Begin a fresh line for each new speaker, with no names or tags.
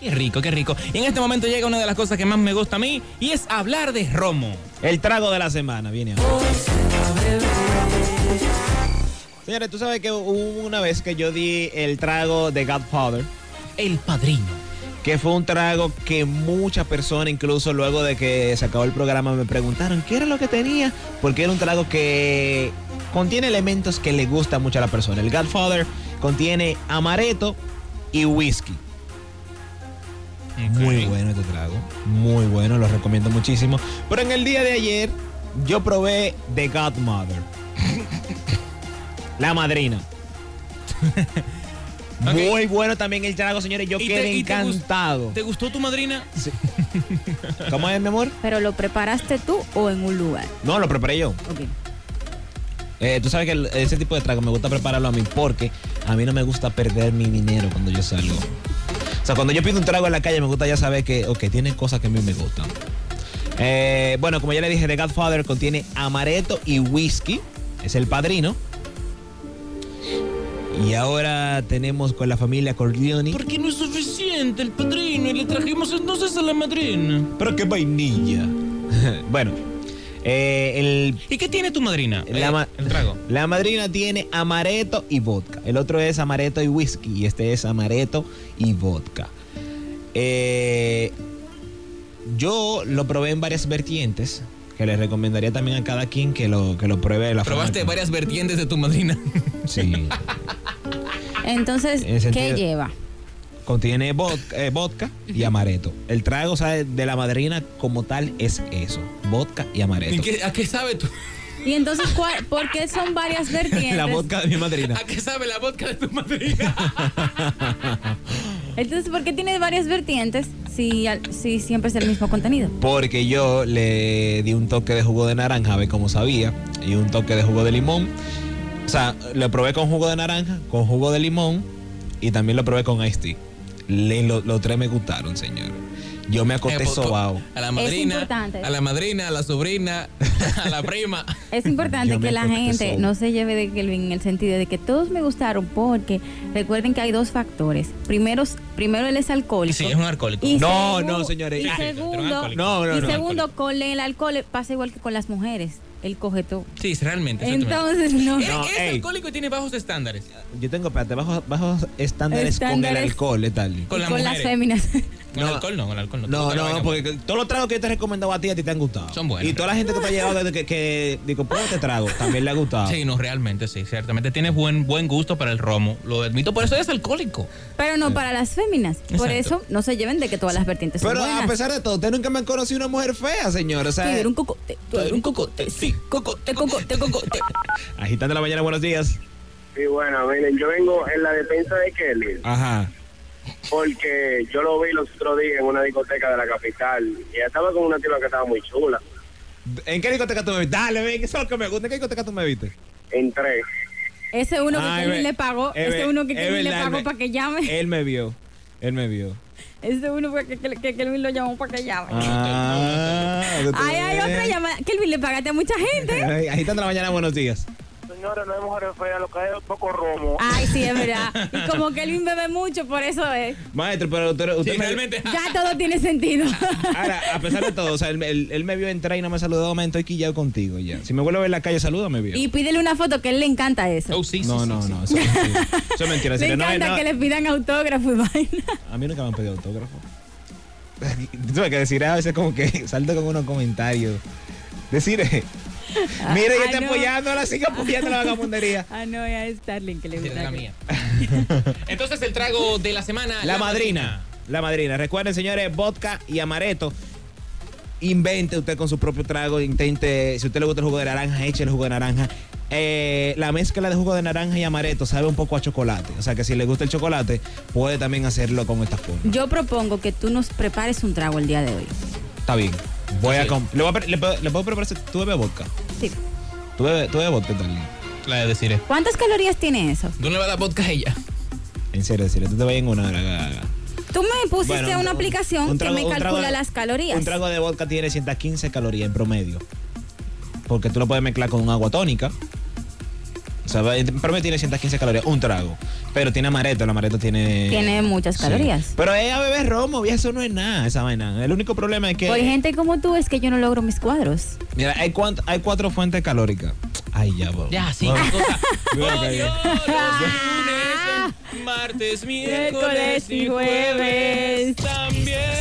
Qué rico, qué rico. Y en este momento llega una de las cosas que más me gusta a mí y es hablar de romo.
El trago de la semana viene ahora. Señores, tú sabes que hubo una vez que yo di el trago de Godfather,
El padrino.
que fue un trago que muchas personas, incluso luego de que se acabó el programa, me preguntaron qué era lo que tenía, porque era un trago que contiene elementos que le gusta mucho a la persona. El Godfather contiene amaretto y whisky. Muy
Ok.
bueno este trago, muy bueno, lo recomiendo muchísimo. Pero en el día de ayer yo probé The Godmother. La madrina.
Ok.
Muy bueno también el trago, señores. Yo
¿Y
quedé
te- y te gust-
encantado.
¿Te gustó tu madrina?
¿Cómo es, mi amor?
¿Pero lo preparaste tú o en un lugar?
No, lo preparé yo.
Ok.
Eh, tú sabes que el- ese tipo de trago me gusta prepararlo a mí porque a mí no me gusta perder mi dinero cuando yo salgo. O sea, cuando yo pido un trago en la calle me gusta ya saber que, ok, tiene cosas que a mí me gustan. Eh, bueno, como ya le dije, The Godfather contiene amaretto y whisky. Es el padrino. Y ahora tenemos con la familia Corleone.
Porque no es suficiente el padrino y le trajimos entonces a la madrina.
Pero qué vainilla. bueno, eh, el
¿Y qué tiene tu madrina?
La
Eh,
ma-
el trago.
La madrina tiene amaretto y vodka. El otro es amaretto y whisky. Y este es amaretto y vodka. Eh, yo lo probé en varias vertientes. Que les recomendaría también a cada quien que lo, que lo pruebe de la forma
Probaste
que-
varias vertientes de tu madrina.
Sí.
Entonces,
En ese
¿qué
sentido-
lleva?
Contiene vodka, eh, vodka y amaretto. El trago o sea, de la madrina como tal es eso. Vodka y
¿Y
amaretto.
qué- ¿A qué sabe tu,
Y entonces, ¿cuál, ¿por qué son varias vertientes?
La vodka de mi madrina.
¿A qué sabe la vodka de tu madrina?
Entonces, ¿por qué tiene varias vertientes si, al- si siempre es el mismo contenido?
porque yo le di un toque de jugo de naranja, a ver cómo sabía, y un toque de jugo de limón. O sea, lo probé con jugo de naranja, con jugo de limón, y también lo probé con ice tea. Le- lo- Los tres me gustaron, señor. Yo me acosté
Eh, pues,
sobao.
A la madrina,
importante.
a la madrina, a la sobrina, a la prima.
Es
Yo
importante
me
que la
acosté
gente
sola.
no se lleve de que- en el sentido de que todos me gustaron porque recuerden que hay dos factores. Primero, primero él es alcohólico.
Sí, es un alcohólico.
Y
No,
segu-
no, señores.
Y
Ah,
pero un
segundo,
alcohólico.
No, no,
y
no.
segundo con el alcohol pasa igual que con las mujeres. Él coge todo.
Sí, realmente. exactamente.
Entonces, no.
Él
No,
es
ey.
alcohólico y tiene bajos estándares.
Yo tengo, espérate, bajos, bajos estándares, con el
Estándares.
alcohol, ¿eh, tal?
con
Y
las
con las
mujeres.
féminas.
Con
No.
alcohol no, con alcohol no.
No,
Tú
pues,
la
no,
vaina. pues.
porque todos los tragos que yo te he recomendado a ti, a ti te han gustado.
Son buenos.
Y toda la gente que te ha llevado desde que, que digo, prueba este trago, también le ha gustado.
Sí, no, realmente sí, ciertamente. Tienes buen, buen gusto para el romo, lo admito, por eso eres alcohólico.
Pero no para las féminas. Por
Exacto.
eso no se lleven de que todas las vertientes
Pero ah, pues, eh,
son buenas.
a pesar de todo, usted nunca me han conocido una mujer fea, señor. O
Tú
sea,
eres un cocote, tú eres un cocote, sí, cocote, cocote, cocote.
agitando la mañana, buenos días.
Sí, bueno, miren, yo vengo en la defensa de Kelly
Ajá.
porque yo lo vi los otros días en una discoteca de la capital y ella estaba con una tipa que estaba muy chula.
¿En qué discoteca tú me viste? Dale, ven, eso es lo que me gusta. ¿En qué discoteca tú me viste?
Entré.
Ese uno que
Ah, es
Kelvin
eh,
ver-
le pagó,
es
ese
ver-
uno que
es
Kelvin le
verdad,
pagó
es
para que
ver-
llame,
Él me vio. Él me vio.
ese uno fue que, que, que Kelvin lo llamó para que llame.
Ah,
Ay, hay
eh.
otra llamada. Kelvin le pagaste a mucha gente.
Ay, Agitando la mañana, buenos días.
Señores, no es mujer fea, lo que hay es poco romo.
Ay, sí, es verdad. Y como Kelvin bebe mucho, por eso es.
Maestro, pero usted, usted
Sí,
me-
realmente.
Ya todo tiene sentido.
Ahora, a pesar de todo, o sea, él, él- él me vio entrar y no me saludó, me estoy quillado contigo ya. Si me vuelvo a ver en la calle, salúdame bien.
Y pídele una foto que a él le encanta eso.
Oh, sí, sí,
No,
sí,
no,
sí.
no, eso es mentira. Eso es mentira.
Le
señor, no,
encanta
no.
que le pidan autógrafo y vaina.
A mí nunca me han pedido autógrafo. Tuve que decir a veces como que salto con unos comentarios. Decir, eh, mire, yo
ah,
estoy
no.
apoyándola, sigue apoyando la vagabundería.
Ah, no, ya es Starling que le
Sí, es
gusta.
la mía. Entonces el trago de la semana.
La madrina. La madrina. Recuerden, señores, vodka y amaretto. Invente usted con su propio trago, intente, si a usted le gusta el jugo de naranja, eche el jugo de naranja. Eh, la mezcla de jugo de naranja y amaretto sabe un poco a chocolate. O sea que si le gusta el chocolate, puede también hacerlo con esta forma.
Yo propongo que tú nos prepares un trago el día de hoy.
Está bien. Voy a
Sí.
com- le, voy a pre- le puedo- le puedo preparar. Tú bebes vodka.
Sí.
Tú bebes, tú bebes vodka también.
La de decir. eh,
¿Cuántas calorías tiene eso?
Tú no le vas a dar vodka a ella.
En serio, en serio, tú te vas en una hora. gaga, gaga.
Tú me pusiste
Bueno,
una
un-
aplicación
un trago-
que me
un trago
calcula
de-
las calorías.
Un trago de vodka tiene 115 calorías en promedio. Porque tú lo puedes mezclar con un agua tónica. O ¿sabes? Pero me tiene 115 calorías, un trago. Pero tiene amaretto, la amaretto tiene...
Tiene muchas
Sí.
calorías.
Pero es a beber romo, viejo, eso no es nada, esa vaina. El único problema es que...
Por gente como tú es que yo no logro mis cuadros.
Mira, hay, cuant- hay cuatro fuentes calóricas. Ay, ya, bro.
Ya, sí,
Bueno,
qué cosa.
Voy a
Oh,
caer.
Dios, lunes, martes, miércoles y jueves también.